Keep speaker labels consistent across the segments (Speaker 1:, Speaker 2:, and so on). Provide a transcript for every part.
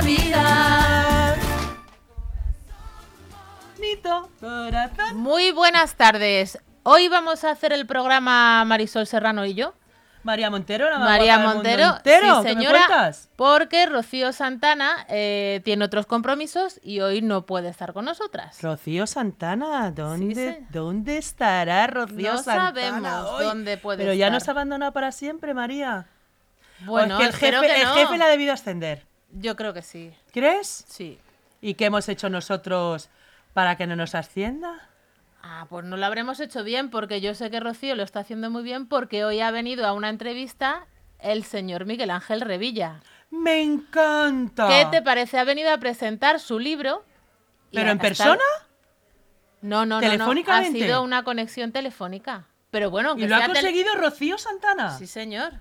Speaker 1: Navidad.
Speaker 2: Muy buenas tardes. Hoy vamos a hacer el programa Marisol Serrano y yo.
Speaker 1: María Montero, la más
Speaker 2: María
Speaker 1: guapa Ah, del
Speaker 2: Montero,
Speaker 1: mundo entero,
Speaker 2: sí,
Speaker 1: ¿qué me
Speaker 2: señora,
Speaker 1: cuentas?
Speaker 2: porque Rocío Santana eh, tiene otros compromisos y hoy no puede estar con nosotras.
Speaker 1: Rocío Santana, ¿dónde,
Speaker 2: sí.
Speaker 1: ¿dónde estará Rocío
Speaker 2: No
Speaker 1: Santana?
Speaker 2: sabemos
Speaker 1: hoy?
Speaker 2: dónde puede
Speaker 1: Pero ya
Speaker 2: estar.
Speaker 1: nos ha abandonado para siempre, María. O
Speaker 2: Bueno,
Speaker 1: es que el
Speaker 2: espero
Speaker 1: jefe,
Speaker 2: que
Speaker 1: el
Speaker 2: no.
Speaker 1: jefe la ha debido ascender.
Speaker 2: Yo creo que sí,
Speaker 1: ¿Crees?
Speaker 2: sí.
Speaker 1: ¿Y qué hemos hecho nosotros para que no nos ascienda?
Speaker 2: Ah, pues no lo habremos hecho bien porque yo sé que Rocío lo está haciendo muy bien porque hoy ha venido a una entrevista el señor Miguel Ángel Revilla.
Speaker 1: ¡Me encanta!
Speaker 2: ¿Qué te parece? Ha venido a presentar su libro. y
Speaker 1: ¿Pero
Speaker 2: a
Speaker 1: en
Speaker 2: gastar-
Speaker 1: persona?
Speaker 2: No, no, no, no. Ha
Speaker 1: ¿Telefónicamente?
Speaker 2: sido una conexión telefónica. Pero bueno, aunque
Speaker 1: ¿Y lo ha
Speaker 2: sea tele-
Speaker 1: conseguido Rocío Santana?
Speaker 2: Sí, señor.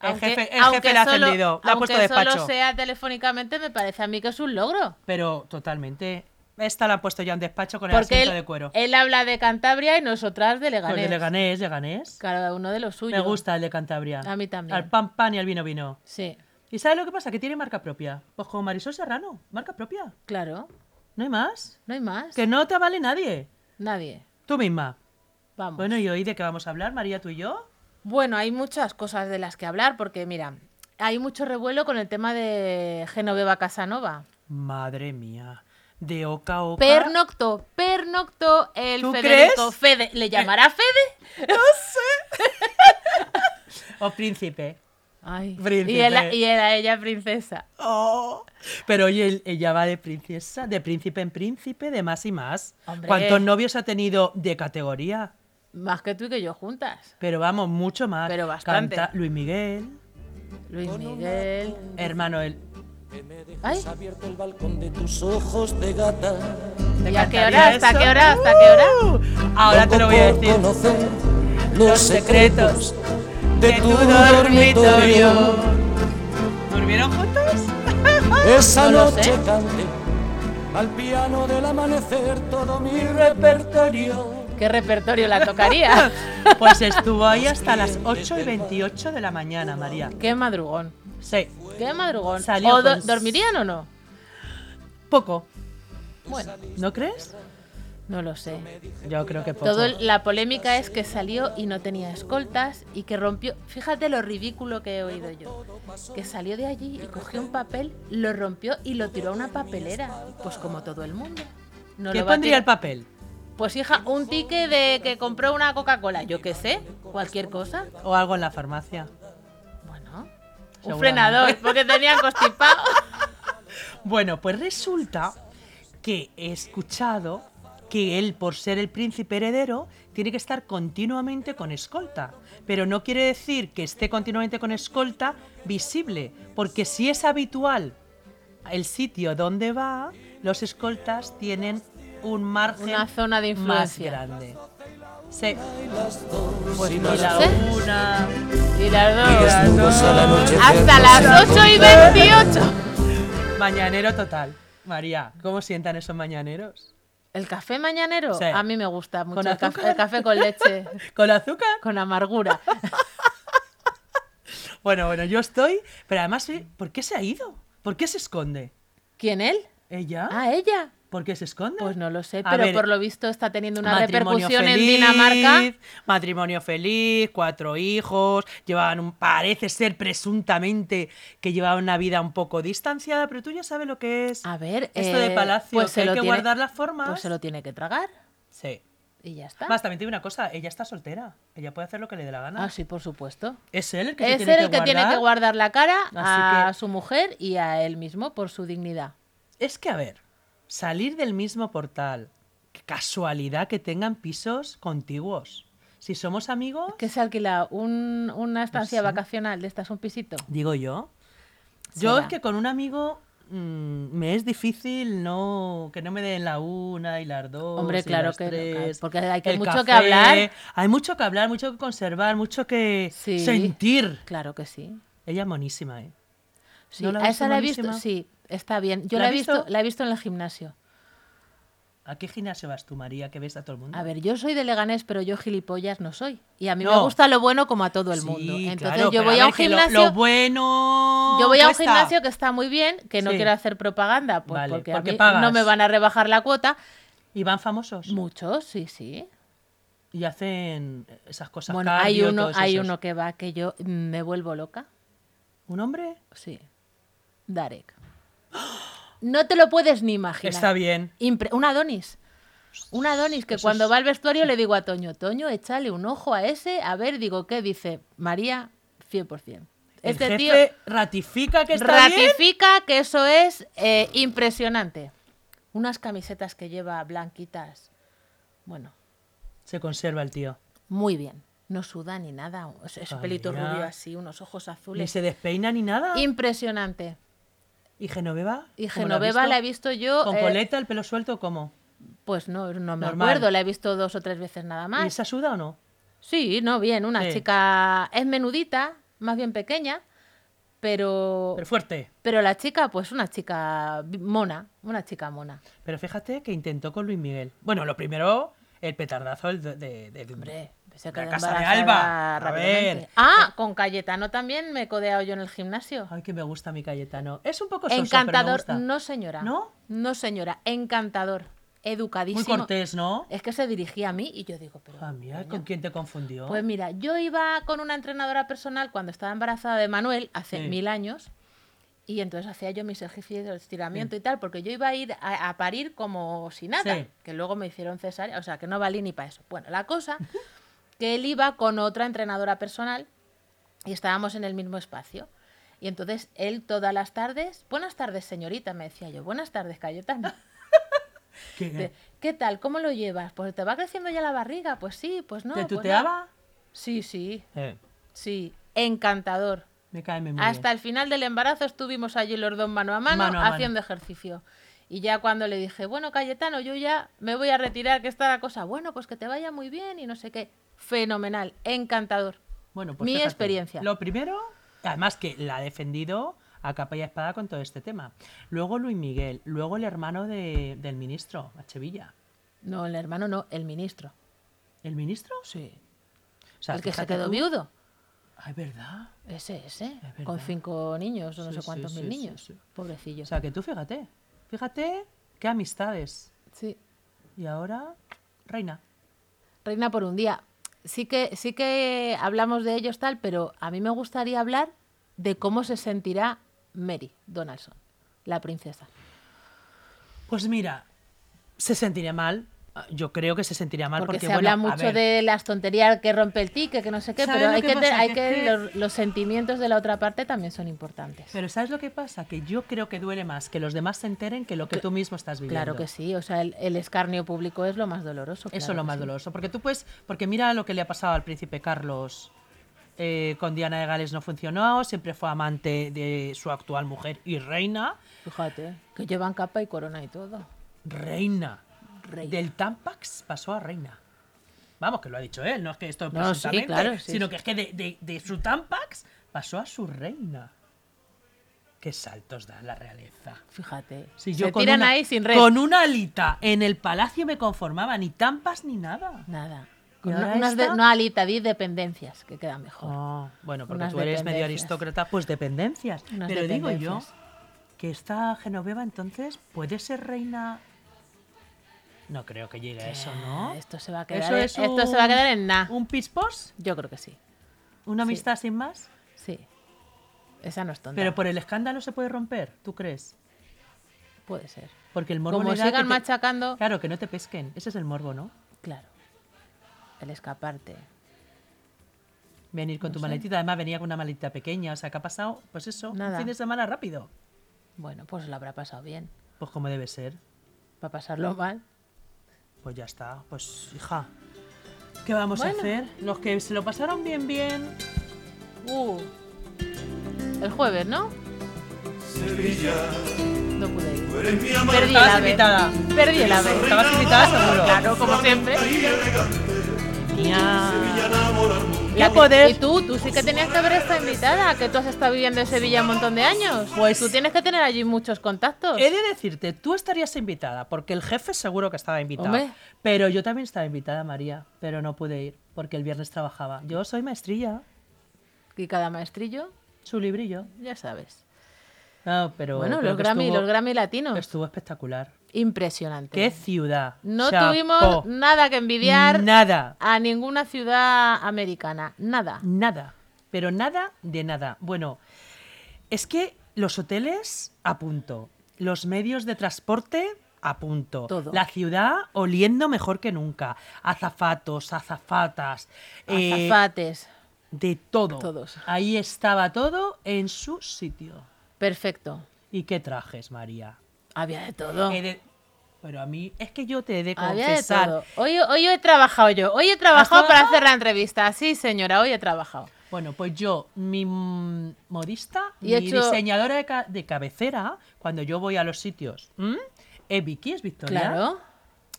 Speaker 1: El jefe- el jefe le ha
Speaker 2: solo-
Speaker 1: ascendido, le ha
Speaker 2: aunque
Speaker 1: puesto despacho.
Speaker 2: solo sea telefónicamente, me parece a mí que es un logro.
Speaker 1: Pero totalmente. Esta la han puesto ya en despacho con el
Speaker 2: Porque
Speaker 1: asiento
Speaker 2: él,
Speaker 1: de cuero.
Speaker 2: él habla de Cantabria y nosotras de Leganés.
Speaker 1: Con el Leganés, Leganés.
Speaker 2: Cada uno de los suyos.
Speaker 1: Me gusta el de Cantabria.
Speaker 2: A mí también.
Speaker 1: Al pan pan y al vino vino.
Speaker 2: Sí,
Speaker 1: ¿Y sabes lo que pasa? Que tiene marca propia. Pues como Marisol Serrano, marca propia.
Speaker 2: claro.
Speaker 1: No hay más.
Speaker 2: No hay más.
Speaker 1: Que no te vale nadie.
Speaker 2: Nadie.
Speaker 1: Tú misma.
Speaker 2: Vamos.
Speaker 1: Bueno, ¿y hoy de qué vamos a hablar, María, tú y yo?
Speaker 2: Bueno, hay muchas cosas de las que hablar porque, mira, hay mucho revuelo con el tema de Genoveva Casanova.
Speaker 1: Madre mía. De oca a oca.
Speaker 2: Pernocto, pernocto, el
Speaker 1: ¿Tú
Speaker 2: Federico
Speaker 1: crees?
Speaker 2: Fede. ¿Le llamará Fede?
Speaker 1: O príncipe.
Speaker 2: Ay,
Speaker 1: Príncipe.
Speaker 2: y, era, y era ella princesa.
Speaker 1: Oh. Pero oye, él- ella va de princesa, de príncipe en príncipe, de más y más.
Speaker 2: Hombre.
Speaker 1: ¿Cuántos novios ha tenido de categoría?
Speaker 2: Más que tú y que yo juntas.
Speaker 1: Pero vamos, mucho más.
Speaker 2: Pero bastante.
Speaker 1: Canta Luis Miguel,
Speaker 2: Luis Miguel.
Speaker 1: hermano él.
Speaker 2: Ay,
Speaker 3: Abierto el balcón de tus ojos de gata.
Speaker 2: ¿y a qué
Speaker 1: encantaría
Speaker 2: hora? ¿Hasta
Speaker 1: eso?
Speaker 2: qué hora? ¿Hasta qué hora?
Speaker 1: Uh, Ahora te lo voy a
Speaker 3: Loco por
Speaker 1: decir.
Speaker 3: Conocer los secretos de tu dormitorio.
Speaker 1: dormitorio. ¿Durmieron juntos?
Speaker 3: Esa
Speaker 2: No lo
Speaker 3: noche
Speaker 2: sé.
Speaker 3: cante al piano del amanecer todo mi repertorio.
Speaker 1: Uh.
Speaker 2: ¿Qué repertorio la tocaría?
Speaker 1: Pues estuvo ahí hasta las 8 y 28 de la mañana, María.
Speaker 2: qué madrugón.
Speaker 1: Sí,
Speaker 2: Qué madrugón.
Speaker 1: Salió
Speaker 2: ¿O do-
Speaker 1: con-
Speaker 2: dormirían o no?
Speaker 1: poco.
Speaker 2: Bueno,
Speaker 1: ¿No crees?
Speaker 2: no lo sé.
Speaker 1: Yo creo que poco.
Speaker 2: Todo el- la polémica es que salió y no tenía escoltas y que rompió. Fíjate lo ridículo que he oído yo. Que salió de allí y cogió un papel, lo rompió y lo tiró a una papelera. Pues como todo el mundo. No
Speaker 1: ¿Qué
Speaker 2: lo va a
Speaker 1: pondría el
Speaker 2: tirar-
Speaker 1: papel?
Speaker 2: Pues hija, un ticket de que compró una Coca-Cola, yo qué sé, cualquier cosa.
Speaker 1: ¿O algo en la farmacia?
Speaker 2: Bueno, un
Speaker 1: Seguramente.
Speaker 2: frenador, porque tenían constipado.
Speaker 1: Bueno, pues resulta que he escuchado que él, por ser el príncipe heredero, tiene que estar continuamente con escolta. Pero no quiere decir que esté continuamente con escolta visible, porque si es habitual el sitio donde va, los escoltas tienen un margen
Speaker 2: Una zona de
Speaker 1: más
Speaker 2: influencia.
Speaker 1: grande. Sí, pues
Speaker 3: Si
Speaker 1: ni
Speaker 3: las
Speaker 1: la
Speaker 2: Sí.
Speaker 1: una.
Speaker 2: Y las dos. las dos.
Speaker 3: desnudos al anochecer
Speaker 2: Hasta
Speaker 3: nos
Speaker 2: las 8 y 28.
Speaker 1: Mañanero total. María, ¿cómo sientan esos mañaneros?
Speaker 2: ¿El café mañanero?
Speaker 1: Sí.
Speaker 2: A mí me gusta mucho
Speaker 1: ¿Con
Speaker 2: el caf-
Speaker 1: azúcar?
Speaker 2: el café con leche.
Speaker 1: ¿Con azúcar?
Speaker 2: con amargura.
Speaker 1: Bueno, bueno, yo estoy, pero además, ¿eh? ¿por qué se ha ido? ¿Por qué se esconde?
Speaker 2: ¿Quién él?
Speaker 1: ¿Ella?
Speaker 2: Ah, ella.
Speaker 1: ¿Por qué se esconde?
Speaker 2: Pues no lo sé,
Speaker 1: A
Speaker 2: pero
Speaker 1: ver,
Speaker 2: por lo visto está teniendo una
Speaker 1: matrimonio
Speaker 2: repercusión en
Speaker 1: feliz,
Speaker 2: Dinamarca.
Speaker 1: Matrimonio feliz, cuatro hijos, llevaban un, parece ser presuntamente que llevaban una vida un poco distanciada, pero tú ya sabes lo que es.
Speaker 2: A ver,
Speaker 1: Esto
Speaker 2: eh,
Speaker 1: de palacio,
Speaker 2: pues se
Speaker 1: que hay
Speaker 2: lo
Speaker 1: que
Speaker 2: tiene-
Speaker 1: guardar las formas.
Speaker 2: Pues se lo tiene Ah. que tragar
Speaker 1: Sí.
Speaker 2: y ya está.
Speaker 1: Más también te digo una cosa, ella está soltera, ella puede hacer lo que le dé la gana.
Speaker 2: Ah, sí, por supuesto.
Speaker 1: Es él el que se
Speaker 2: Es él
Speaker 1: tiene
Speaker 2: el que tiene que guardar la cara a
Speaker 1: Así que-
Speaker 2: su mujer y a él mismo por su dignidad.
Speaker 1: Es que, a ver, salir del mismo portal, qué casualidad que tengan pisos contiguos. Si somos amigos,
Speaker 2: ¿Qué se alquila? Un- una estancia
Speaker 1: sé.
Speaker 2: vacacional de estas, un pisito.
Speaker 1: digo yo. Yo
Speaker 2: Será.
Speaker 1: es que con un amigo mm, me es difícil no que no me den la una y las dos.
Speaker 2: Hombre,
Speaker 1: y
Speaker 2: claro
Speaker 1: las
Speaker 2: que no, claro,
Speaker 1: tres,
Speaker 2: porque hay que-
Speaker 1: el
Speaker 2: mucho que
Speaker 1: café.
Speaker 2: hablar.
Speaker 1: Hay mucho que hablar, mucho que conservar, mucho que
Speaker 2: Sí.
Speaker 1: sentir.
Speaker 2: Claro que sí.
Speaker 1: Ella es monísima, ¿eh?
Speaker 2: Sí,
Speaker 1: ¿No la
Speaker 2: a
Speaker 1: has
Speaker 2: esa la he visto,
Speaker 1: buenísima?
Speaker 2: sí, está bien. Yo
Speaker 1: ¿La
Speaker 2: la,
Speaker 1: has
Speaker 2: he visto,
Speaker 1: visto?
Speaker 2: la he visto en el gimnasio.
Speaker 1: ¿A qué gimnasio vas tú, María, que ves a todo el mundo?
Speaker 2: A ver, yo soy de Leganés, pero yo gilipollas no soy. Y a mí me
Speaker 1: No.
Speaker 2: gusta lo bueno como a todo el
Speaker 1: Sí,
Speaker 2: mundo. Entonces
Speaker 1: claro,
Speaker 2: yo
Speaker 1: pero
Speaker 2: voy a,
Speaker 1: ver,
Speaker 2: un
Speaker 1: que lo-
Speaker 2: gimnasio.
Speaker 1: Lo, bueno.
Speaker 2: Yo voy a un
Speaker 1: cuesta.
Speaker 2: gimnasio que está muy bien, que no
Speaker 1: Sí.
Speaker 2: quiero hacer propaganda, pues
Speaker 1: Vale,
Speaker 2: porque, a
Speaker 1: porque
Speaker 2: mí
Speaker 1: pagas.
Speaker 2: no me van a rebajar la cuota.
Speaker 1: Y van famosos.
Speaker 2: Muchos, sí, sí.
Speaker 1: Y hacen eh, esas cosas.
Speaker 2: bueno, hay
Speaker 1: cardio,
Speaker 2: uno,
Speaker 1: todos
Speaker 2: hay
Speaker 1: esos.
Speaker 2: uno que va que yo me vuelvo loca.
Speaker 1: ¿Un hombre?
Speaker 2: Sí. Darek. No te lo puedes ni imaginar.
Speaker 1: Está bien.
Speaker 2: Impre- un Adonis. Un Adonis que
Speaker 1: Eso
Speaker 2: cuando
Speaker 1: es-
Speaker 2: va al vestuario le digo a Toño, Toño, échale un ojo a ese, a ver, digo, ¿qué dice? María, 100%. Este
Speaker 1: el
Speaker 2: tío
Speaker 1: jefe ratifica que está bien.
Speaker 2: ratifica que eso es eh, impresionante. Unas camisetas que lleva blanquitas, bueno,
Speaker 1: Se conserva el tío.
Speaker 2: muy bien. No suda ni nada, es, es
Speaker 1: Ah,
Speaker 2: pelito
Speaker 1: mira.
Speaker 2: rubio así, unos ojos
Speaker 1: Ni
Speaker 2: azules.
Speaker 1: se despeina ni nada.
Speaker 2: Impresionante.
Speaker 1: ¿Y Genoveva?
Speaker 2: Y
Speaker 1: ¿Cómo la has
Speaker 2: Genoveva
Speaker 1: visto?
Speaker 2: la he visto yo.
Speaker 1: ¿Con
Speaker 2: eh,
Speaker 1: coleta, el pelo suelto cómo?
Speaker 2: Pues no, no me
Speaker 1: Normal.
Speaker 2: acuerdo, la he visto dos o tres veces nada
Speaker 1: ¿Y
Speaker 2: más.
Speaker 1: esa suda o no?
Speaker 2: Sí, no, bien, una
Speaker 1: Sí.
Speaker 2: chica es menudita, más bien pequeña, pero,
Speaker 1: Pero fuerte.
Speaker 2: pero la chica, pues una chica bi- mona, una chica mona.
Speaker 1: Pero fíjate que intentó con Luis Miguel. Bueno, lo primero, el petardazo del- de, de- del-
Speaker 2: Hombre, se
Speaker 1: La
Speaker 2: quedó
Speaker 1: casa de
Speaker 2: embarazada
Speaker 1: Alba, a
Speaker 2: rápidamente.
Speaker 1: ver.
Speaker 2: Ah, con Cayetano también me he codeado yo en el gimnasio.
Speaker 1: Ay, que me gusta mi Cayetano. Es un poco soso,
Speaker 2: Encantador,
Speaker 1: pero me gusta.
Speaker 2: no señora.
Speaker 1: ¿No?
Speaker 2: No señora, encantador, educadísimo.
Speaker 1: Muy cortés, ¿no?
Speaker 2: Es que se dirigía a mí y yo digo, pero
Speaker 1: Ah, mira,
Speaker 2: Eh, coño,
Speaker 1: ¿con quién te confundió?
Speaker 2: Pues mira, yo iba con una entrenadora personal cuando estaba embarazada de Manuel hace
Speaker 1: Sí.
Speaker 2: mil años y entonces hacía yo mis ejercicios de estiramiento y tal, porque yo iba a ir a, a parir como si nada,
Speaker 1: Sí.
Speaker 2: que luego me hicieron cesárea, o sea, que no valí ni para eso. Bueno, la cosa que él iba con otra entrenadora personal y estábamos en el mismo espacio. Y entonces él todas las tardes, buenas tardes señorita, me decía yo, buenas tardes Cayetano.
Speaker 1: ¿Qué-
Speaker 2: De, ¿Qué tal? ¿Cómo lo llevas? Pues te va creciendo ya la barriga, pues sí, pues no.
Speaker 1: ¿Te
Speaker 2: pues no".
Speaker 1: tuteaba?
Speaker 2: Sí, sí.
Speaker 1: Eh,
Speaker 2: Sí, encantador.
Speaker 1: me cae muy
Speaker 2: Hasta
Speaker 1: bien.
Speaker 2: el final del embarazo estuvimos allí los dos mano a mano,
Speaker 1: Mano a mano.
Speaker 2: haciendo ejercicio. Y ya cuando le dije, bueno, Cayetano, yo ya me voy a retirar, que está la cosa, bueno, pues que te vaya muy bien y no sé qué. Fenomenal, encantador.
Speaker 1: Bueno, pues
Speaker 2: mi
Speaker 1: fíjate,
Speaker 2: experiencia.
Speaker 1: Lo primero, además que la ha defendido a capa y a espada con todo este tema. Luego Luis Miguel, luego el hermano de- del ministro, Achevilla.
Speaker 2: No, el hermano no, el ministro.
Speaker 1: ¿El ministro?
Speaker 2: Sí.
Speaker 1: O sea,
Speaker 2: el que se
Speaker 1: fíjate
Speaker 2: quedó
Speaker 1: tú.
Speaker 2: viudo.
Speaker 1: Ay, ¿verdad?
Speaker 2: Ese, ese.
Speaker 1: verdad.
Speaker 2: Con cinco niños o no
Speaker 1: Sí,
Speaker 2: sé cuántos
Speaker 1: sí,
Speaker 2: mil
Speaker 1: sí, sí,
Speaker 2: niños.
Speaker 1: sí.
Speaker 2: Pobrecillo.
Speaker 1: O sea, que tú fíjate. Fíjate qué amistades.
Speaker 2: sí.
Speaker 1: Y ahora, reina.
Speaker 2: Reina por un día. Sí que, sí que hablamos de ellos tal, pero a mí me gustaría hablar de cómo se sentirá Mary Donaldson, la princesa.
Speaker 1: Pues mira, se sentiría mal. Ah, Yo creo que se sentiría mal
Speaker 2: Porque,
Speaker 1: porque,
Speaker 2: se
Speaker 1: bueno,
Speaker 2: habla
Speaker 1: a
Speaker 2: mucho
Speaker 1: ver,
Speaker 2: de las tonterías que rompe el ticket, que no sé qué,
Speaker 1: ¿Sabes
Speaker 2: pero
Speaker 1: lo
Speaker 2: hay
Speaker 1: que
Speaker 2: que, te-
Speaker 1: pasa?
Speaker 2: hay
Speaker 1: Que
Speaker 2: que
Speaker 1: es que-
Speaker 2: los, los sentimientos de la otra parte también son importantes.
Speaker 1: Pero ¿sabes lo que pasa? Que yo creo que duele más que los demás se enteren que lo que tú mismo estás viviendo.
Speaker 2: Claro que sí, o sea, el, el escarnio público es lo más doloroso.
Speaker 1: Eso
Speaker 2: claro
Speaker 1: es lo
Speaker 2: que
Speaker 1: más
Speaker 2: sí.
Speaker 1: doloroso. Porque tú puedes. Porque mira lo que le ha pasado al príncipe Carlos eh, con Diana de Gales no funcionó. Siempre fue amante de su actual mujer y reina.
Speaker 2: Fíjate, que llevan capa y corona y todo.
Speaker 1: Reina.
Speaker 2: Reina.
Speaker 1: Del Tampax pasó a reina. Vamos, que lo ha dicho él, no es que esto
Speaker 2: No,
Speaker 1: presuntamente,
Speaker 2: sí, claro, sí,
Speaker 1: sino
Speaker 2: sí.
Speaker 1: que es que de, de- de su Tampax pasó a su reina. Qué saltos da la realeza.
Speaker 2: Fíjate,
Speaker 1: Si
Speaker 2: se
Speaker 1: yo con
Speaker 2: tiran
Speaker 1: una-
Speaker 2: ahí sin red.
Speaker 1: Con una alita en el palacio me conformaba, ni tampas ni nada.
Speaker 2: Nada.
Speaker 1: ¿Y
Speaker 2: Con
Speaker 1: ahora
Speaker 2: una- unas de-
Speaker 1: esta?
Speaker 2: no alita, di dependencias, que queda mejor.
Speaker 1: Ah, bueno, porque
Speaker 2: Unas
Speaker 1: tú eres medio
Speaker 2: dependencias.
Speaker 1: aristócrata, pues dependencias.
Speaker 2: Unas
Speaker 1: Pero digo yo
Speaker 2: dependencias.
Speaker 1: que esta Genoveva entonces puede ser reina. No creo que llegue a eso, ¿no?
Speaker 2: Eh, Esto se va a quedar,
Speaker 1: Eso
Speaker 2: en,
Speaker 1: es
Speaker 2: esto se va a quedar en nada.
Speaker 1: ¿Un pispos?
Speaker 2: Yo creo que sí.
Speaker 1: ¿Una amistad sin más?
Speaker 2: Sí. Esa no es tonta.
Speaker 1: Pero por el escándalo se puede romper, ¿tú crees?
Speaker 2: puede ser.
Speaker 1: Porque el morbo
Speaker 2: Como
Speaker 1: le da que
Speaker 2: sigan
Speaker 1: te-
Speaker 2: machacando.
Speaker 1: Claro, que no te pesquen. Ese es el morbo, ¿no?
Speaker 2: Claro. El escaparte.
Speaker 1: Venir con tu maletita. Además venía con una maletita pequeña. O sea, que ha pasado, pues eso,
Speaker 2: Nada.
Speaker 1: un fin de semana rápido.
Speaker 2: Bueno, pues lo habrá pasado bien.
Speaker 1: Pues como debe ser.
Speaker 2: Para pasarlo mal.
Speaker 1: Pues ya está. Pues, hija, ¿qué vamos
Speaker 2: Bueno.
Speaker 1: a hacer? Los que se lo pasaron bien, bien.
Speaker 2: Uh. El jueves, ¿no?
Speaker 4: Sevilla,
Speaker 2: No pude ir.
Speaker 4: tú eres mi amante.
Speaker 2: Perdí el
Speaker 1: Estabas
Speaker 2: ave.
Speaker 1: invitada.
Speaker 2: Perdí el ave.
Speaker 1: Estabas invitada, seguro.
Speaker 2: Claro, como siempre.
Speaker 4: Y elegante,
Speaker 2: Ña.
Speaker 4: Sevilla enamorarme.
Speaker 1: Ya
Speaker 2: Y-
Speaker 1: poder-
Speaker 2: Y tú, tú sí que tenías que haber estado invitada, que tú has estado viviendo en Sevilla un montón de años.
Speaker 1: Pues-
Speaker 2: tú tienes que tener allí muchos contactos.
Speaker 1: He de decirte, tú estarías invitada, porque el jefe seguro que estaba invitado.
Speaker 2: Hombre.
Speaker 1: Pero yo también estaba invitada, María, pero no pude ir, porque el viernes trabajaba. Yo soy maestrilla,
Speaker 2: Y cada maestrillo,
Speaker 1: su librillo.
Speaker 2: ya sabes.
Speaker 1: No, pero
Speaker 2: bueno,
Speaker 1: pero
Speaker 2: los
Speaker 1: que
Speaker 2: Grammy,
Speaker 1: estuvo-
Speaker 2: los Grammy latinos.
Speaker 1: Estuvo espectacular.
Speaker 2: Impresionante.
Speaker 1: ¡Qué ciudad!
Speaker 2: no
Speaker 1: Chapó.
Speaker 2: tuvimos nada que envidiar
Speaker 1: Nada,
Speaker 2: a ninguna ciudad americana. Nada.
Speaker 1: nada, pero nada de nada. Bueno, es que los hoteles a punto, los medios de transporte a punto,
Speaker 2: Todo.
Speaker 1: la ciudad oliendo mejor que nunca, azafatos, azafatas, eh,
Speaker 2: Azafates.
Speaker 1: de todo.
Speaker 2: Todos.
Speaker 1: Ahí estaba todo en su sitio.
Speaker 2: Perfecto.
Speaker 1: ¿Y qué trajes, María?
Speaker 2: Había de todo.
Speaker 1: He de- Pero a mí es que yo te he de
Speaker 2: Había de
Speaker 1: confesar
Speaker 2: todo. Hoy, hoy he trabajado yo. Hoy he trabajado para
Speaker 1: trabajado?
Speaker 2: hacer la entrevista. Sí, señora, hoy he trabajado.
Speaker 1: Bueno, pues yo, mi mm, modista,
Speaker 2: Y he
Speaker 1: mi
Speaker 2: hecho-
Speaker 1: diseñadora de, ca- de cabecera, cuando yo voy a los sitios, ¿m? es Vicky, es Victoria.
Speaker 2: Claro.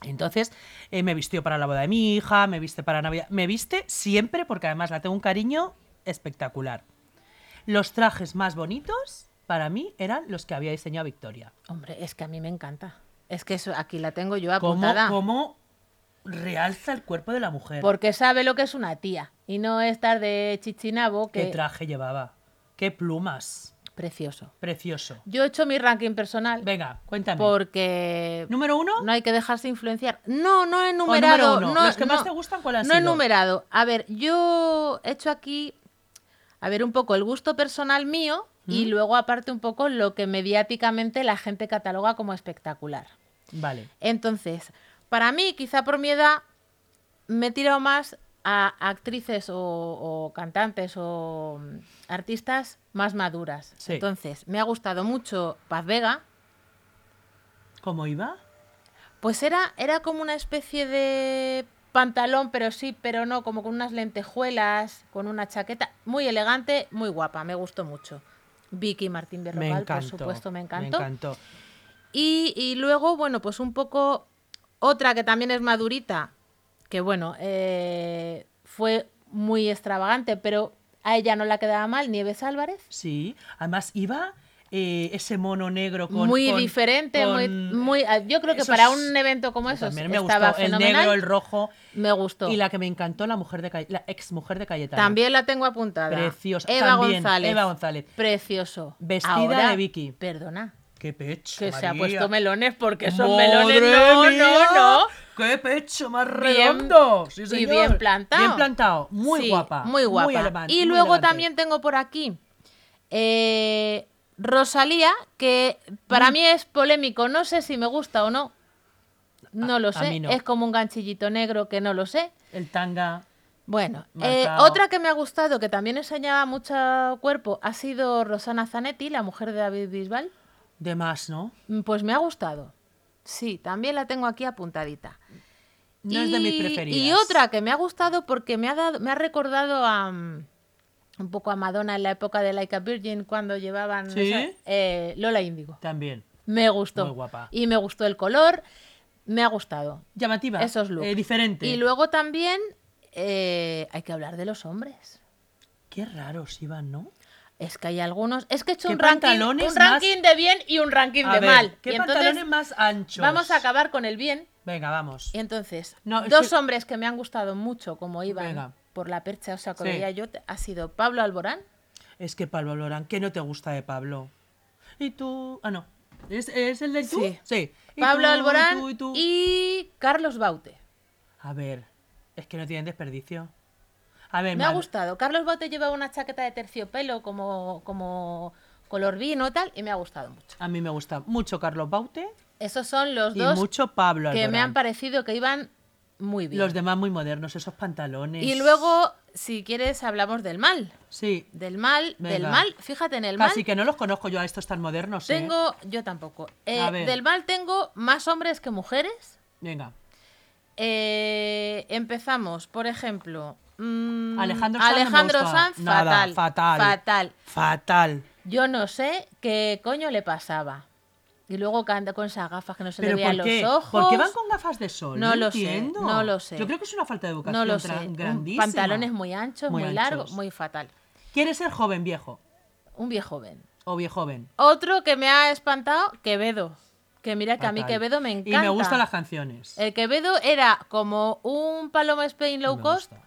Speaker 1: Entonces, eh, me vistió para la boda de mi hija, me viste para Navidad, me viste siempre porque además la tengo un cariño espectacular. Los trajes más bonitos para mí eran los que había diseñado Victoria.
Speaker 2: Hombre, es que a mí me encanta. Es que eso, aquí la tengo yo
Speaker 1: ¿Cómo,
Speaker 2: apuntada.
Speaker 1: cómo realza el cuerpo de la mujer?
Speaker 2: Porque sabe lo que es una tía. Y no estar de chichinabo,
Speaker 1: ¿Qué
Speaker 2: que
Speaker 1: traje llevaba? ¿Qué plumas?
Speaker 2: precioso.
Speaker 1: Precioso.
Speaker 2: Yo he hecho mi ranking personal
Speaker 1: Venga, cuéntame.
Speaker 2: porque
Speaker 1: Número uno.
Speaker 2: no hay que dejarse influenciar. No, no he
Speaker 1: número
Speaker 2: enumerado.
Speaker 1: uno.
Speaker 2: No,
Speaker 1: Los que más
Speaker 2: no.
Speaker 1: te gustan, ¿cuál han
Speaker 2: No he
Speaker 1: sido?
Speaker 2: enumerado. A ver, yo he hecho aquí, a ver, un poco el gusto personal mío y
Speaker 1: ¿Mm?
Speaker 2: luego aparte un poco lo que mediáticamente la gente cataloga como espectacular.
Speaker 1: Vale.
Speaker 2: Entonces, para mí, quizá por mi edad, me he tirado más a actrices o, o cantantes o mm, artistas más maduras.
Speaker 1: Sí.
Speaker 2: Entonces, me ha gustado mucho Paz Vega.
Speaker 1: ¿Cómo iba?
Speaker 2: Pues era, era como una especie de pantalón, pero sí, pero no, como con unas lentejuelas, con una chaqueta. Muy elegante, muy guapa, me gustó mucho. Vicky Martín
Speaker 1: me
Speaker 2: Berrocal, por
Speaker 1: encantó.
Speaker 2: supuesto, me
Speaker 1: Me
Speaker 2: encantó.
Speaker 1: encantó.
Speaker 2: Y, y luego, bueno, pues un poco otra que también es madurita, que bueno, eh, fue muy extravagante, pero a ella no la quedaba mal, Nieves Álvarez.
Speaker 1: Sí. Además, iba eh, ese mono negro con.
Speaker 2: muy
Speaker 1: con-
Speaker 2: diferente, muy,
Speaker 1: con-
Speaker 2: muy- ah, yo creo que
Speaker 1: esos-
Speaker 2: para un evento como eso
Speaker 1: También me
Speaker 2: estaba
Speaker 1: gustó.
Speaker 2: fenomenal.
Speaker 1: El negro, el rojo.
Speaker 2: me gustó.
Speaker 1: Y la que me encantó, la mujer de Cay- la ex mujer de Cayetano.
Speaker 2: También la tengo apuntada.
Speaker 1: Preciosa.
Speaker 2: Eva
Speaker 1: También,
Speaker 2: González.
Speaker 1: Eva González.
Speaker 2: Precioso.
Speaker 1: Vestida
Speaker 2: Ahora,
Speaker 1: de Vicky.
Speaker 2: Perdona.
Speaker 1: ¡Qué pecho!
Speaker 2: Que se ha
Speaker 1: María!
Speaker 2: puesto melones porque son
Speaker 1: ¡Madre
Speaker 2: melones. No,
Speaker 1: mía!
Speaker 2: no, no.
Speaker 1: ¡Qué pecho más
Speaker 2: Bien-
Speaker 1: redondo! Sí,
Speaker 2: y
Speaker 1: señor.
Speaker 2: bien plantado.
Speaker 1: Bien plantado. Muy
Speaker 2: Sí,
Speaker 1: guapa.
Speaker 2: Muy guapa.
Speaker 1: elegante,
Speaker 2: y
Speaker 1: muy
Speaker 2: luego
Speaker 1: elegante.
Speaker 2: también tengo por aquí eh, Rosalía, que
Speaker 1: Mm.
Speaker 2: para mí es polémico. No sé si me gusta o no. No
Speaker 1: A-
Speaker 2: lo
Speaker 1: a
Speaker 2: sé.
Speaker 1: mí no.
Speaker 2: Es como un ganchillito negro que no lo sé.
Speaker 1: El tanga.
Speaker 2: Bueno, eh,
Speaker 1: Marcao.
Speaker 2: otra que me ha gustado, que también enseñaba mucho cuerpo, ha sido Rosana Zanetti, la mujer de David Bisbal.
Speaker 1: De más, ¿no?
Speaker 2: Mm, Pues me ha gustado. Sí, también la tengo aquí apuntadita.
Speaker 1: No es de mis
Speaker 2: Y-
Speaker 1: preferidas.
Speaker 2: Y otra que me ha gustado porque me ha, dado, me ha recordado a, mm, un poco a Madonna en la época de Like a Virgin cuando llevaban
Speaker 1: ¿Sí?
Speaker 2: esa- eh, Lola Índigo.
Speaker 1: También.
Speaker 2: Me gustó.
Speaker 1: Muy guapa.
Speaker 2: Y me gustó el color. Me ha gustado.
Speaker 1: Llamativa.
Speaker 2: Esos looks.
Speaker 1: Eh, diferente.
Speaker 2: Y luego también eh, hay que hablar de los hombres.
Speaker 1: Qué raros iban, ¿no?
Speaker 2: Es que hay algunos. Es que he hecho
Speaker 1: ¿Qué
Speaker 2: un ranking,
Speaker 1: pantalones
Speaker 2: un ranking de bien y un ranking
Speaker 1: A
Speaker 2: de
Speaker 1: ver,
Speaker 2: mal.
Speaker 1: ¿Qué
Speaker 2: Y entonces
Speaker 1: pantalones más anchos?
Speaker 2: vamos a acabar con el bien.
Speaker 1: Venga, vamos.
Speaker 2: Y entonces,
Speaker 1: No, es
Speaker 2: dos
Speaker 1: que-
Speaker 2: hombres que me han gustado mucho, como iban
Speaker 1: Venga.
Speaker 2: por la percha, o sea, que
Speaker 1: Sí.
Speaker 2: veía yo, ha sido Pablo Alborán.
Speaker 1: Es que Pablo Lorán, ¿qué no te gusta de Pablo? ¿Y tú? Ah, no. ¿Es, es el del tú?
Speaker 2: Sí.
Speaker 1: sí. ¿Y
Speaker 2: Pablo
Speaker 1: tú, y
Speaker 2: Alborán
Speaker 1: tú, y tú?
Speaker 2: y Carlos Baute.
Speaker 1: A ver, es que no tienen desperdicio. A ver,
Speaker 2: Me ha
Speaker 1: Mar-
Speaker 2: gustado. Carlos Baute llevaba una chaqueta de terciopelo como, como color vino y tal, y me ha gustado mucho.
Speaker 1: A mí me gusta mucho Carlos Baute
Speaker 2: Esos son los
Speaker 1: y
Speaker 2: dos
Speaker 1: mucho Pablo
Speaker 2: que
Speaker 1: Alborán.
Speaker 2: me han parecido que iban muy bien.
Speaker 1: Los demás muy modernos, esos pantalones.
Speaker 2: Y luego, si quieres, hablamos del mal.
Speaker 1: Sí.
Speaker 2: Del mal, del
Speaker 1: Venga.
Speaker 2: mal. Fíjate en el mal.
Speaker 1: Casi que no los conozco yo a estos tan modernos, ¿eh?
Speaker 2: Tengo, yo tampoco. Eh,
Speaker 1: A ver.
Speaker 2: del mal tengo más hombres que mujeres.
Speaker 1: Venga.
Speaker 2: Eh, empezamos, por ejemplo. mm,
Speaker 1: Alejandro Sanz. no me
Speaker 2: Alejandro
Speaker 1: gusta
Speaker 2: Sanz,
Speaker 1: nada,
Speaker 2: fatal,
Speaker 1: fatal.
Speaker 2: fatal.
Speaker 1: Fatal.
Speaker 2: Yo no sé qué coño le pasaba. Y luego canta con esas gafas que no se le
Speaker 1: ¿Pero
Speaker 2: vean
Speaker 1: por qué?
Speaker 2: los ojos.
Speaker 1: ¿Por qué van con gafas de sol?
Speaker 2: No
Speaker 1: No,
Speaker 2: lo sé,
Speaker 1: entiendo.
Speaker 2: no lo sé.
Speaker 1: Yo creo que es una falta de educación
Speaker 2: No lo sé.
Speaker 1: tra-
Speaker 2: un-
Speaker 1: grandísima.
Speaker 2: Pantalones muy anchos, muy,
Speaker 1: Muy
Speaker 2: largos,
Speaker 1: anchos.
Speaker 2: muy fatal.
Speaker 1: ¿Quieres ser joven viejo
Speaker 2: Un viejo joven.
Speaker 1: o viejoven?
Speaker 2: Otro que me ha espantado, Quevedo. Que mira que a mí
Speaker 1: Fatal.
Speaker 2: Quevedo me encanta. Eh,
Speaker 1: Y me gustan las canciones.
Speaker 2: El Quevedo era como un Paloma Spain low
Speaker 1: Me
Speaker 2: cost,
Speaker 1: gusta.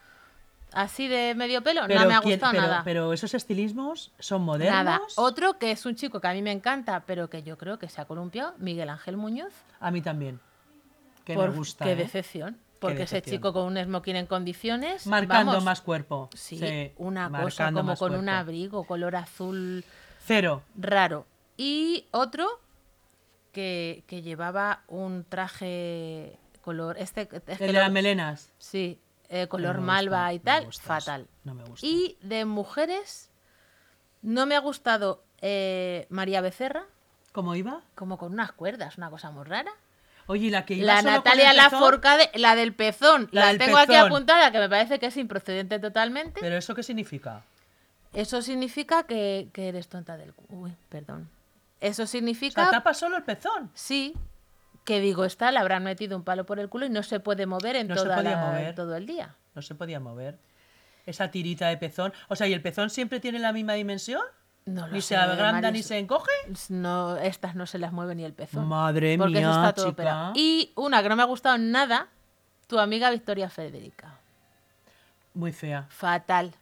Speaker 2: así de medio pelo.
Speaker 1: Pero
Speaker 2: no me ha
Speaker 1: quién-
Speaker 2: gustado
Speaker 1: pero-
Speaker 2: nada.
Speaker 1: Pero esos estilismos son modernos.
Speaker 2: nada. Otro que es un chico que a mí me encanta, pero que yo creo que se ha columpiado, Miguel Ángel Muñoz.
Speaker 1: A mí también. Que
Speaker 2: Por-
Speaker 1: me gusta.
Speaker 2: Qué
Speaker 1: ¿eh?
Speaker 2: decepción. Porque ese
Speaker 1: decepción.
Speaker 2: chico con un smoking en condiciones.
Speaker 1: Marcando
Speaker 2: vamos,
Speaker 1: más cuerpo.
Speaker 2: Sí,
Speaker 1: Sí,
Speaker 2: una cosa
Speaker 1: marcando
Speaker 2: como
Speaker 1: más
Speaker 2: con un
Speaker 1: cuerpo.
Speaker 2: abrigo color azul
Speaker 1: Cero.
Speaker 2: raro. Y otro que, que llevaba un traje color. Este, es que
Speaker 1: El de
Speaker 2: lo-
Speaker 1: las melenas.
Speaker 2: Sí, eh, color
Speaker 1: me gusta, no
Speaker 2: malva y
Speaker 1: me
Speaker 2: tal,
Speaker 1: gusta
Speaker 2: fatal.
Speaker 1: eso, no me gusta.
Speaker 2: Y de mujeres, no me ha gustado eh, María Becerra,
Speaker 1: ¿Cómo iba?
Speaker 2: como con unas cuerdas, una cosa muy rara.
Speaker 1: Oye, ¿y la que iba
Speaker 2: La
Speaker 1: solo con
Speaker 2: Natalia
Speaker 1: el pezón?
Speaker 2: Laforcade, la del pezón,
Speaker 1: La
Speaker 2: la,
Speaker 1: del
Speaker 2: tengo aquí
Speaker 1: pezón.
Speaker 2: apuntada, que me parece que es improcedente totalmente.
Speaker 1: ¿Pero eso qué significa?
Speaker 2: Eso significa que, que eres tonta del cu- Uy, perdón. Eso
Speaker 1: O sea,
Speaker 2: significa,
Speaker 1: tapa solo el pezón.
Speaker 2: sí, que digo, está, le habrán metido un palo por el culo y no se puede mover en
Speaker 1: No se
Speaker 2: toda
Speaker 1: podía
Speaker 2: la-
Speaker 1: mover.
Speaker 2: todo el día.
Speaker 1: No se podía mover. Esa tirita de pezón. O sea, ¿y el pezón siempre tiene la misma dimensión?
Speaker 2: No lo
Speaker 1: ¿Ni
Speaker 2: sé,
Speaker 1: se agranda
Speaker 2: Maris.
Speaker 1: ni se encoge?
Speaker 2: No, estas no se las mueve ni el pezón.
Speaker 1: Madre
Speaker 2: porque eso
Speaker 1: mía,
Speaker 2: está todo
Speaker 1: chica.
Speaker 2: operado. Y una que no me ha gustado nada, tu amiga Victoria Federica.
Speaker 1: Muy fea.
Speaker 2: Fatal.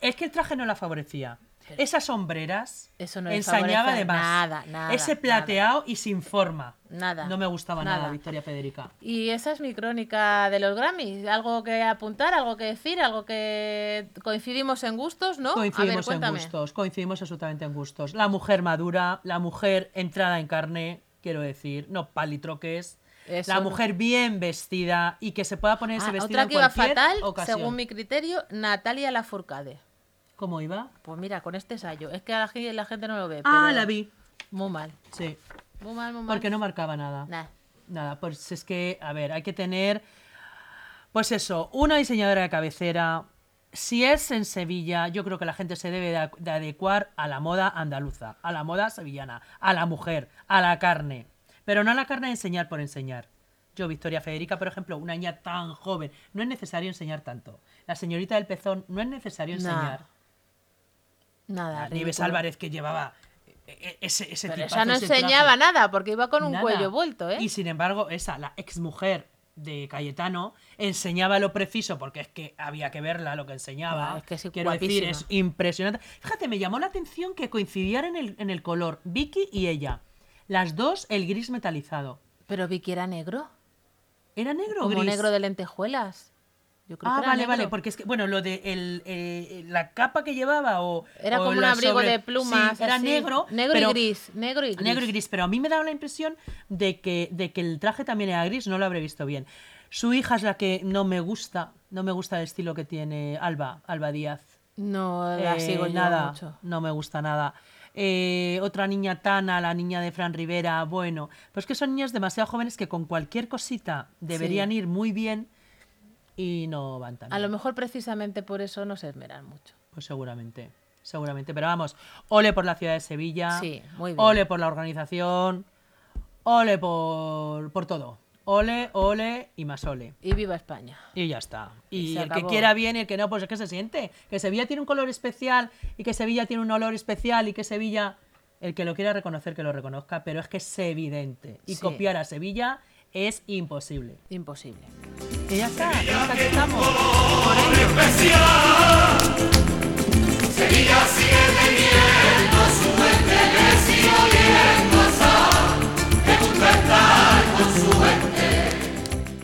Speaker 1: Es que el traje no la favorecía.
Speaker 2: Pero-
Speaker 1: Esas sombreras
Speaker 2: Eso no le
Speaker 1: ensañaba
Speaker 2: favorece
Speaker 1: de más.
Speaker 2: nada, nada,
Speaker 1: Ese
Speaker 2: nada.
Speaker 1: plateado y sin forma.
Speaker 2: Nada,
Speaker 1: No me gustaba nada,
Speaker 2: nada.
Speaker 1: Victoria Federica.
Speaker 2: Y esa es mi crónica de los Grammys. Algo que apuntar, algo que decir, algo que coincidimos en gustos, ¿no? a ver,
Speaker 1: Coincidimos en
Speaker 2: cuéntame.
Speaker 1: gustos, coincidimos absolutamente en gustos. La mujer madura, la mujer entrada en carne, quiero decir, no palitroques.
Speaker 2: Eso
Speaker 1: la
Speaker 2: no.
Speaker 1: mujer bien vestida y que se pueda poner ese
Speaker 2: Ah,
Speaker 1: vestido
Speaker 2: otra
Speaker 1: en
Speaker 2: que iba
Speaker 1: cualquier
Speaker 2: fatal,
Speaker 1: ocasión.
Speaker 2: según mi criterio, Natalia Lafourcade.
Speaker 1: ¿Cómo iba?
Speaker 2: Pues mira, con este ensayo. Es que a la, ge- la gente no lo ve.
Speaker 1: Ah,
Speaker 2: pero
Speaker 1: la vi.
Speaker 2: Muy mal.
Speaker 1: Sí,
Speaker 2: Muy mal, muy mal.
Speaker 1: porque no marcaba nada.
Speaker 2: Nah.
Speaker 1: Nada, pues es que, a ver, hay que tener, pues eso, una diseñadora de cabecera. Si es en Sevilla, yo creo que la gente se debe de ac- de adecuar a la moda andaluza, a la moda sevillana, a la mujer, a la carne. Pero no a la carne de enseñar por enseñar. Yo, Victoria Federica, por ejemplo, una niña tan joven, no es necesario enseñar tanto. La señorita del pezón, no es necesario
Speaker 2: Nah.
Speaker 1: enseñar.
Speaker 2: Nada.
Speaker 1: Nieves
Speaker 2: ridículo.
Speaker 1: Álvarez que llevaba eh, eh, ese, ese
Speaker 2: Pero
Speaker 1: tipazo,
Speaker 2: esa no
Speaker 1: ese traje.
Speaker 2: enseñaba nada, porque iba con un
Speaker 1: Nada.
Speaker 2: cuello vuelto, ¿eh?
Speaker 1: Y sin embargo, esa, la exmujer de Cayetano, enseñaba lo preciso, porque es que había que verla lo que enseñaba.
Speaker 2: Ah, es que es
Speaker 1: Quiero decir,
Speaker 2: guapísima.
Speaker 1: es impresionante. Fíjate, me llamó la atención que coincidieran en el, en el color Vicky y ella. Las dos, el gris metalizado.
Speaker 2: Pero Vicky era negro.
Speaker 1: ¿Era negro o
Speaker 2: Como
Speaker 1: gris?
Speaker 2: negro de lentejuelas. Yo creo
Speaker 1: Ah,
Speaker 2: que era
Speaker 1: vale,
Speaker 2: negro.
Speaker 1: vale, porque es que, bueno, lo de el, eh, la capa que llevaba o...
Speaker 2: Era
Speaker 1: o
Speaker 2: como un
Speaker 1: la
Speaker 2: abrigo
Speaker 1: sobre-
Speaker 2: de plumas.
Speaker 1: Sí, era
Speaker 2: así.
Speaker 1: negro,
Speaker 2: Negro
Speaker 1: pero-
Speaker 2: y gris. Negro y gris.
Speaker 1: Negro y gris, pero a mí me daba la impresión de que, de que el traje también era gris, no lo habré visto bien. Su hija es la que no me gusta, no me gusta el estilo que tiene Alba, Alba Díaz.
Speaker 2: No Ah, la
Speaker 1: Eh,
Speaker 2: sigo yo
Speaker 1: nada,
Speaker 2: mucho.
Speaker 1: no me gusta nada. Eh, otra niña Tana, la niña de Fran Rivera, bueno, pues que son niños demasiado jóvenes que con cualquier cosita deberían ir muy bien y no van tan
Speaker 2: A
Speaker 1: bien.
Speaker 2: lo mejor precisamente por eso no se esmeran mucho.
Speaker 1: Pues seguramente, seguramente. Pero vamos, ole por la ciudad de Sevilla.
Speaker 2: Sí, muy bien.
Speaker 1: Ole por la organización. Ole por, por todo. Ole, ole y más ole.
Speaker 2: Y viva España.
Speaker 1: Y ya está. Y,
Speaker 2: Y se
Speaker 1: el que
Speaker 2: acabó.
Speaker 1: quiera bien y el que no, pues es que se siente. Que Sevilla tiene un color especial y que Sevilla tiene un olor especial y que Sevilla, el que lo quiera reconocer, que lo reconozca, pero es que es evidente. Y
Speaker 2: Sí.
Speaker 1: copiar a Sevilla es imposible.
Speaker 2: Imposible.
Speaker 1: Y ya está, hasta aquí estamos. Por ello.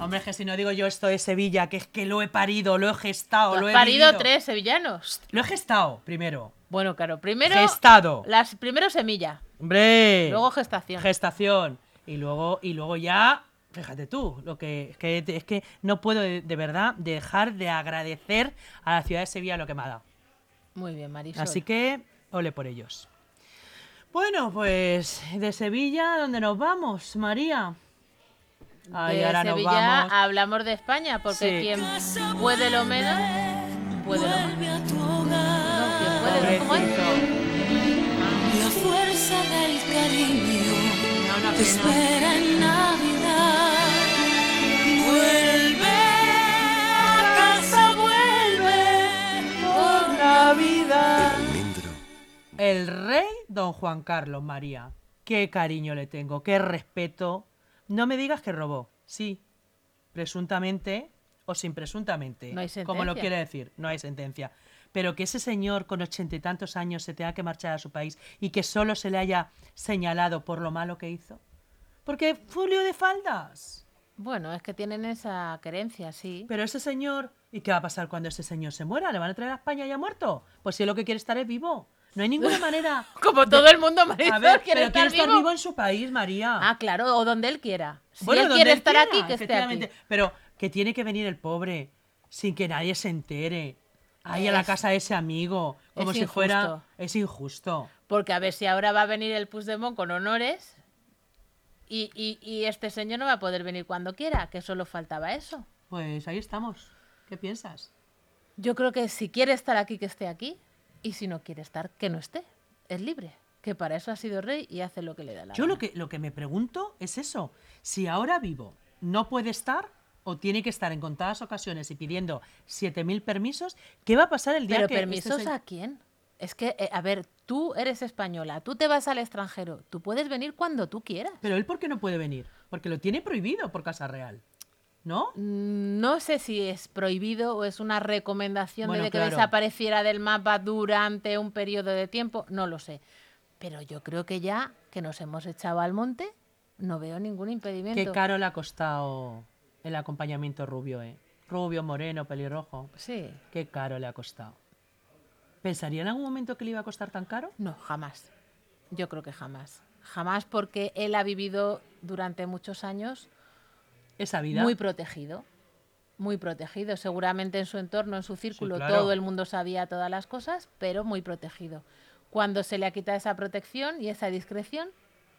Speaker 1: Hombre, es que si no digo yo esto de Sevilla, que es que lo he parido, lo he gestado,
Speaker 2: Tú
Speaker 1: lo
Speaker 2: has
Speaker 1: he
Speaker 2: parido
Speaker 1: vivido.
Speaker 2: tres sevillanos.
Speaker 1: Lo he gestado primero.
Speaker 2: Bueno, claro, primero.
Speaker 1: Gestado.
Speaker 2: Las primero semilla,
Speaker 1: Hombre.
Speaker 2: luego gestación.
Speaker 1: gestación. Y luego, y luego ya, fíjate tú, lo que es que, es que no puedo de, de verdad dejar de agradecer a la ciudad de Sevilla lo que me ha dado.
Speaker 2: Muy bien, Marisol.
Speaker 1: Así que, ole por ellos. Bueno, pues de Sevilla, ¿dónde nos vamos, María? Ay,
Speaker 2: De
Speaker 1: ahora
Speaker 2: Sevilla
Speaker 1: nos vamos.
Speaker 2: hablamos de España, porque
Speaker 1: Sí.
Speaker 2: quien puede lo menos, puede lo más. No, quien puede lo-
Speaker 1: Pobrecito.
Speaker 2: ¿cómo es?
Speaker 5: La fuerza del cariño
Speaker 1: No, una
Speaker 5: te
Speaker 1: pena.
Speaker 5: espera en Navidad. Vuelve a casa, vuelve por Navidad.
Speaker 6: Almendro,
Speaker 1: El rey don Juan Carlos María. Qué cariño le tengo, qué respeto. No me digas que robó. Sí, presuntamente o sin presuntamente.
Speaker 2: No hay
Speaker 1: Como lo
Speaker 2: sentencia.
Speaker 1: quiere decir, no hay sentencia. Pero que ese señor con ochenta y tantos años se tenga que marchar a su país y que solo se le haya señalado por lo malo que hizo. Porque Fulio de Faldas.
Speaker 2: Bueno, es que tienen esa creencia, sí.
Speaker 1: Pero ese señor, ¿y qué va a pasar cuando ese señor se muera? ¿Le van a traer a España ya muerto? Pues si él lo que quiere es estar es vivo. No hay ninguna manera.
Speaker 2: Como todo el mundo, Marisol,
Speaker 1: A ver,
Speaker 2: quiere
Speaker 1: pero
Speaker 2: estar,
Speaker 1: quiere estar
Speaker 2: vivo.
Speaker 1: vivo en su país, María.
Speaker 2: Ah, claro, o donde él quiera. Si
Speaker 1: Bueno,
Speaker 2: él
Speaker 1: donde
Speaker 2: quiere
Speaker 1: él
Speaker 2: estar
Speaker 1: quiera,
Speaker 2: aquí, que esté aquí.
Speaker 1: efectivamente. Pero que tiene que venir el pobre, sin que nadie se entere. Ahí a la
Speaker 2: Es-
Speaker 1: casa de ese amigo, como
Speaker 2: es
Speaker 1: si fuera...
Speaker 2: injusto.
Speaker 1: Es injusto.
Speaker 2: Porque a ver si ahora va a venir el Puigdemont con honores y, y- y este señor no va a poder venir cuando quiera, que solo faltaba eso.
Speaker 1: Pues ahí estamos. ¿Qué piensas?
Speaker 2: Yo creo que si quiere estar aquí, que esté aquí. Y si no quiere estar, que no esté. Es libre. Que para eso ha sido rey y hace lo que le da la
Speaker 1: Yo
Speaker 2: gana.
Speaker 1: lo que, lo que me pregunto es eso. Si ahora vivo no puede estar o tiene que estar en contadas ocasiones y pidiendo 7.000 permisos, ¿qué va a pasar el día
Speaker 2: Pero
Speaker 1: que... este
Speaker 2: permisos
Speaker 1: señor-
Speaker 2: a quién? Es que, eh, a ver, tú eres española, tú te vas al extranjero, tú puedes venir cuando tú quieras.
Speaker 1: Pero él, ¿por qué no puede venir? Porque lo tiene prohibido por Casa Real. ¿No?
Speaker 2: Mm, No sé si es prohibido o es una recomendación
Speaker 1: Bueno,
Speaker 2: de que
Speaker 1: claro.
Speaker 2: desapareciera del mapa durante un periodo de tiempo, no lo sé. Pero yo creo que ya que nos hemos echado al monte, no veo ningún impedimento.
Speaker 1: Qué caro le ha costado el acompañamiento rubio, ¿eh? Rubio, moreno, pelirrojo.
Speaker 2: Sí,
Speaker 1: Qué caro le ha costado. ¿Pensaría en algún momento que le iba a costar tan caro?
Speaker 2: no, jamás. Yo creo que jamás. Jamás porque él ha vivido durante muchos años
Speaker 1: Esa vida.
Speaker 2: Muy protegido. Muy protegido. Seguramente en su entorno, en su círculo,
Speaker 1: claro.
Speaker 2: todo el mundo sabía todas las cosas, pero muy protegido. Cuando se le ha quitado esa protección y esa discreción,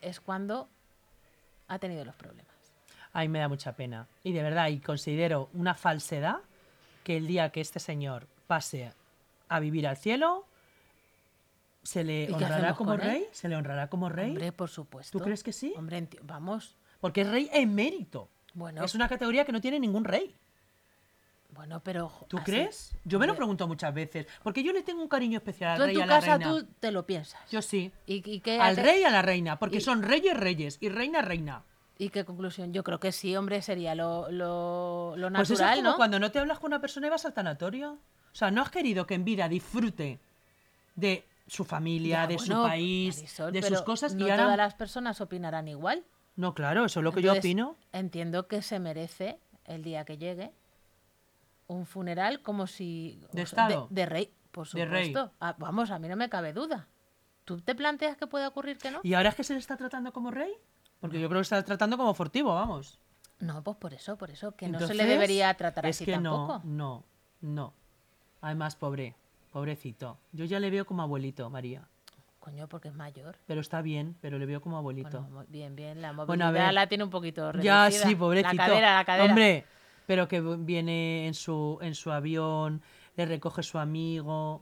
Speaker 2: es cuando ha tenido los problemas.
Speaker 1: Ay, me da mucha pena. Y de verdad, y considero una falsedad que el día que este señor pase a vivir al cielo, se
Speaker 2: ¿Y
Speaker 1: le
Speaker 2: qué
Speaker 1: honrará
Speaker 2: hacemos
Speaker 1: como
Speaker 2: con él?
Speaker 1: rey. ¿Se le honrará como rey?
Speaker 2: Hombre, por supuesto.
Speaker 1: ¿Tú crees que sí?
Speaker 2: Hombre, enti- vamos.
Speaker 1: Porque es rey emérito.
Speaker 2: Bueno.
Speaker 1: Es una categoría que no tiene ningún rey.
Speaker 2: Bueno, pero. ojo,
Speaker 1: ¿Tú
Speaker 2: así.
Speaker 1: crees? Yo me lo
Speaker 2: Hombre,
Speaker 1: pregunto muchas veces. Porque yo le tengo un cariño especial al
Speaker 2: Tú en
Speaker 1: rey y
Speaker 2: tu
Speaker 1: a la
Speaker 2: casa
Speaker 1: reina.
Speaker 2: tú te lo piensas.
Speaker 1: Yo sí.
Speaker 2: ¿Y, y qué,
Speaker 1: Al
Speaker 2: a qué-
Speaker 1: rey y a la reina, porque
Speaker 2: y-
Speaker 1: son reyes, reyes y reina, reina.
Speaker 2: ¿Y qué conclusión? Yo creo que sí, hombre, sería lo, lo, lo
Speaker 1: pues eso es
Speaker 2: natural,
Speaker 1: como
Speaker 2: ¿no?
Speaker 1: cuando no te hablas con una persona y vas al tanatorio. O sea, no has querido que en vida disfrute de su familia,
Speaker 2: Ya,
Speaker 1: de su
Speaker 2: bueno,
Speaker 1: país,
Speaker 2: Marisol,
Speaker 1: de sus
Speaker 2: pero
Speaker 1: cosas.
Speaker 2: No
Speaker 1: y ahora...
Speaker 2: todas las personas opinarán igual.
Speaker 1: No, claro, eso es lo que yo
Speaker 2: Entonces,
Speaker 1: opino.
Speaker 2: Entiendo que se merece el día que llegue un funeral como si. o sea,
Speaker 1: Estado?
Speaker 2: De, rey, por
Speaker 1: De
Speaker 2: supuesto.
Speaker 1: rey.
Speaker 2: Ah, vamos, a mí no me cabe duda. ¿Tú te planteas que puede ocurrir que no?
Speaker 1: ¿Y ahora es que se le está tratando como rey? Porque yo creo que se está tratando como furtivo, vamos.
Speaker 2: No, pues por eso, por eso, que no se
Speaker 1: Entonces,
Speaker 2: le debería tratar
Speaker 1: es
Speaker 2: así
Speaker 1: que
Speaker 2: tampoco.
Speaker 1: No, no, no. Además, pobre, pobrecito. Yo ya le veo como abuelito, María.
Speaker 2: Coño, porque es mayor.
Speaker 1: Pero está bien, pero le veo como abuelito.
Speaker 2: Bueno, muy bien, bien, la movilidad
Speaker 1: Bueno, a ver.
Speaker 2: la tiene un poquito
Speaker 1: Ya,
Speaker 2: reducida.
Speaker 1: sí, pobrecito.
Speaker 2: La cadera, la cadera.
Speaker 1: Hombre, pero que viene en su, en su avión, le recoge su amigo.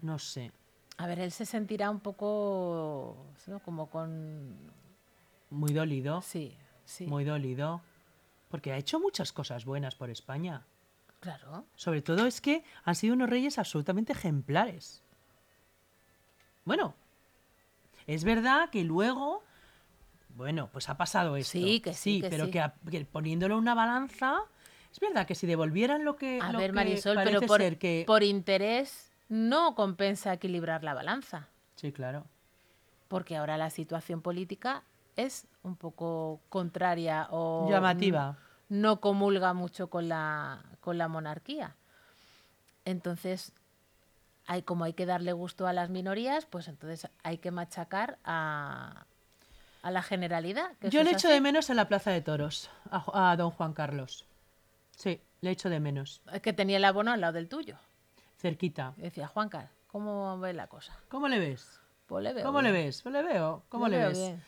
Speaker 1: No sé.
Speaker 2: A ver, él se sentirá un poco ¿no? como con...
Speaker 1: Muy dolido.
Speaker 2: Sí, sí.
Speaker 1: Muy dolido. Porque ha hecho muchas cosas buenas por España.
Speaker 2: Claro.
Speaker 1: Sobre todo es que han sido unos reyes absolutamente ejemplares. Bueno, es verdad que luego, bueno, pues ha pasado esto.
Speaker 2: Sí, que sí, que
Speaker 1: pero
Speaker 2: sí.
Speaker 1: Que, a- que poniéndolo en una balanza, es verdad que si devolvieran lo que,
Speaker 2: A
Speaker 1: lo
Speaker 2: ver,
Speaker 1: que
Speaker 2: Marisol, pero
Speaker 1: parece
Speaker 2: por,
Speaker 1: ser que
Speaker 2: por interés no compensa equilibrar la balanza,
Speaker 1: Sí, claro.
Speaker 2: porque ahora la situación política es un poco contraria o
Speaker 1: Llamativa.
Speaker 2: n- No comulga mucho con la, con la monarquía. Entonces, hay, como hay que darle gusto a las minorías, pues entonces hay que machacar a, a la generalidad. que
Speaker 1: Yo
Speaker 2: eso
Speaker 1: le
Speaker 2: es
Speaker 1: echo
Speaker 2: así.
Speaker 1: de menos en la Plaza de Toros a, Ju- a don Juan Carlos. Sí, le echo de menos.
Speaker 2: Es que tenía el abono al lado del tuyo.
Speaker 1: Cerquita.
Speaker 2: Y decía, Juanca, ¿cómo ves la cosa?
Speaker 1: ¿Cómo le ves?
Speaker 2: Pues le veo
Speaker 1: ¿Cómo le
Speaker 2: bien,
Speaker 1: ves? Pues le veo. ¿Cómo le
Speaker 2: veo
Speaker 1: ves?
Speaker 2: bien.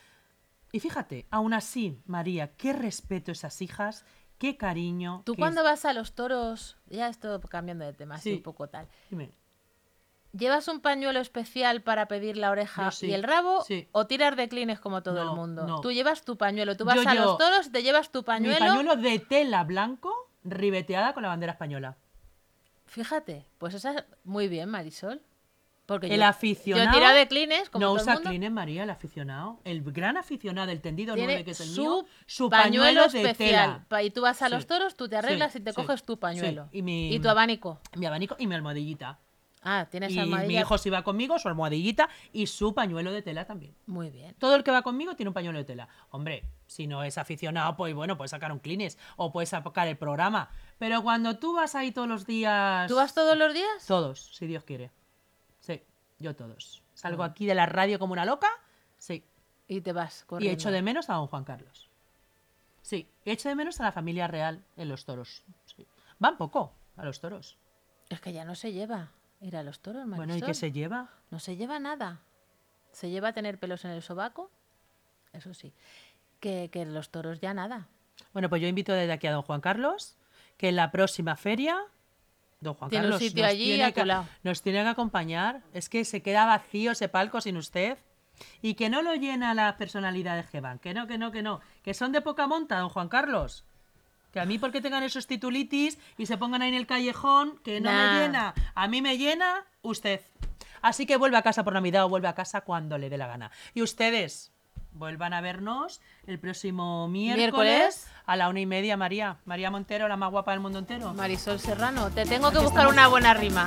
Speaker 1: Y fíjate, aún así, María, qué respeto esas hijas, qué cariño.
Speaker 2: Tú
Speaker 1: qué-
Speaker 2: cuando vas a los toros, ya esto cambiando de tema, así
Speaker 1: Sí.
Speaker 2: un poco tal.
Speaker 1: Dime,
Speaker 2: ¿Llevas un pañuelo especial para pedir la oreja
Speaker 1: Yo sí,
Speaker 2: y el rabo?
Speaker 1: sí.
Speaker 2: ¿O tiras de clines como todo
Speaker 1: No,
Speaker 2: el mundo?
Speaker 1: no.
Speaker 2: Tú llevas tu pañuelo, tú vas
Speaker 1: Yo
Speaker 2: a
Speaker 1: llevo-
Speaker 2: los toros, te llevas tu
Speaker 1: Mi
Speaker 2: pañuelo.
Speaker 1: pañuelo de tela blanco ribeteada con la bandera española.
Speaker 2: Fíjate, pues esa es muy bien, Marisol. Porque
Speaker 1: El
Speaker 2: yo,
Speaker 1: aficionado
Speaker 2: Yo tiro de clines, como
Speaker 1: no
Speaker 2: todo el
Speaker 1: usa
Speaker 2: mundo.
Speaker 1: Kleenex, María, el aficionado. El gran aficionado del tendido
Speaker 2: tiene
Speaker 1: 9, que es el
Speaker 2: su
Speaker 1: mío. Su
Speaker 2: pañuelo,
Speaker 1: pañuelo, de
Speaker 2: especial.
Speaker 1: tela.
Speaker 2: Pa- Y tú vas a los
Speaker 1: Sí,
Speaker 2: toros, tú te arreglas
Speaker 1: sí,
Speaker 2: y te
Speaker 1: sí,
Speaker 2: coges tu pañuelo.
Speaker 1: sí. Y mi-
Speaker 2: tu abanico.
Speaker 1: Mi abanico y mi almohadillita.
Speaker 2: Ah, tienes
Speaker 1: Y
Speaker 2: almohadilla.
Speaker 1: mi hijo si va conmigo, su almohadillita y su pañuelo de tela también.
Speaker 2: Muy bien.
Speaker 1: Todo el que va conmigo tiene un pañuelo de tela. Hombre, si no es aficionado, pues bueno, puedes sacar un clines o puedes sacar el programa. Pero cuando tú vas ahí todos los días...
Speaker 2: ¿Tú vas todos los días?
Speaker 1: Todos, si Dios quiere. Sí, yo todos. Salgo aquí de la radio como una loca. Sí.
Speaker 2: Y te vas
Speaker 1: Y
Speaker 2: corriendo.
Speaker 1: echo de menos a don Juan Carlos. Sí, echo de menos a la familia real en los toros. Sí. Van poco a los toros.
Speaker 2: Es que ya no se lleva ir a los toros, Marisol.
Speaker 1: Bueno, ¿y qué se lleva?
Speaker 2: No se lleva nada. Se lleva tener pelos en el sobaco, eso sí. Que, que los toros ya nada.
Speaker 1: Bueno, pues yo invito desde aquí a don Juan Carlos que en la próxima feria. Don Juan
Speaker 2: Tiene un
Speaker 1: Carlos
Speaker 2: sitio allí
Speaker 1: tiene, que,
Speaker 2: atolado.
Speaker 1: nos tiene que acompañar. Es que se queda vacío ese palco sin usted. Y que no lo llena las personalidades que van. Que no, que no, que no. Que son de poca monta, don Juan Carlos. Que a mí porque tengan esos titulitis y se pongan ahí en el callejón, que no
Speaker 2: Nah.
Speaker 1: me llena. A mí me llena usted. Así que vuelve a casa por Navidad o vuelve a casa cuando le dé la gana. Y ustedes vuelvan a vernos el próximo miércoles
Speaker 2: Miércoles.
Speaker 1: a la una y media, María. María Montero, la más guapa del mundo entero.
Speaker 2: Marisol Serrano, te tengo que buscar una buena rima.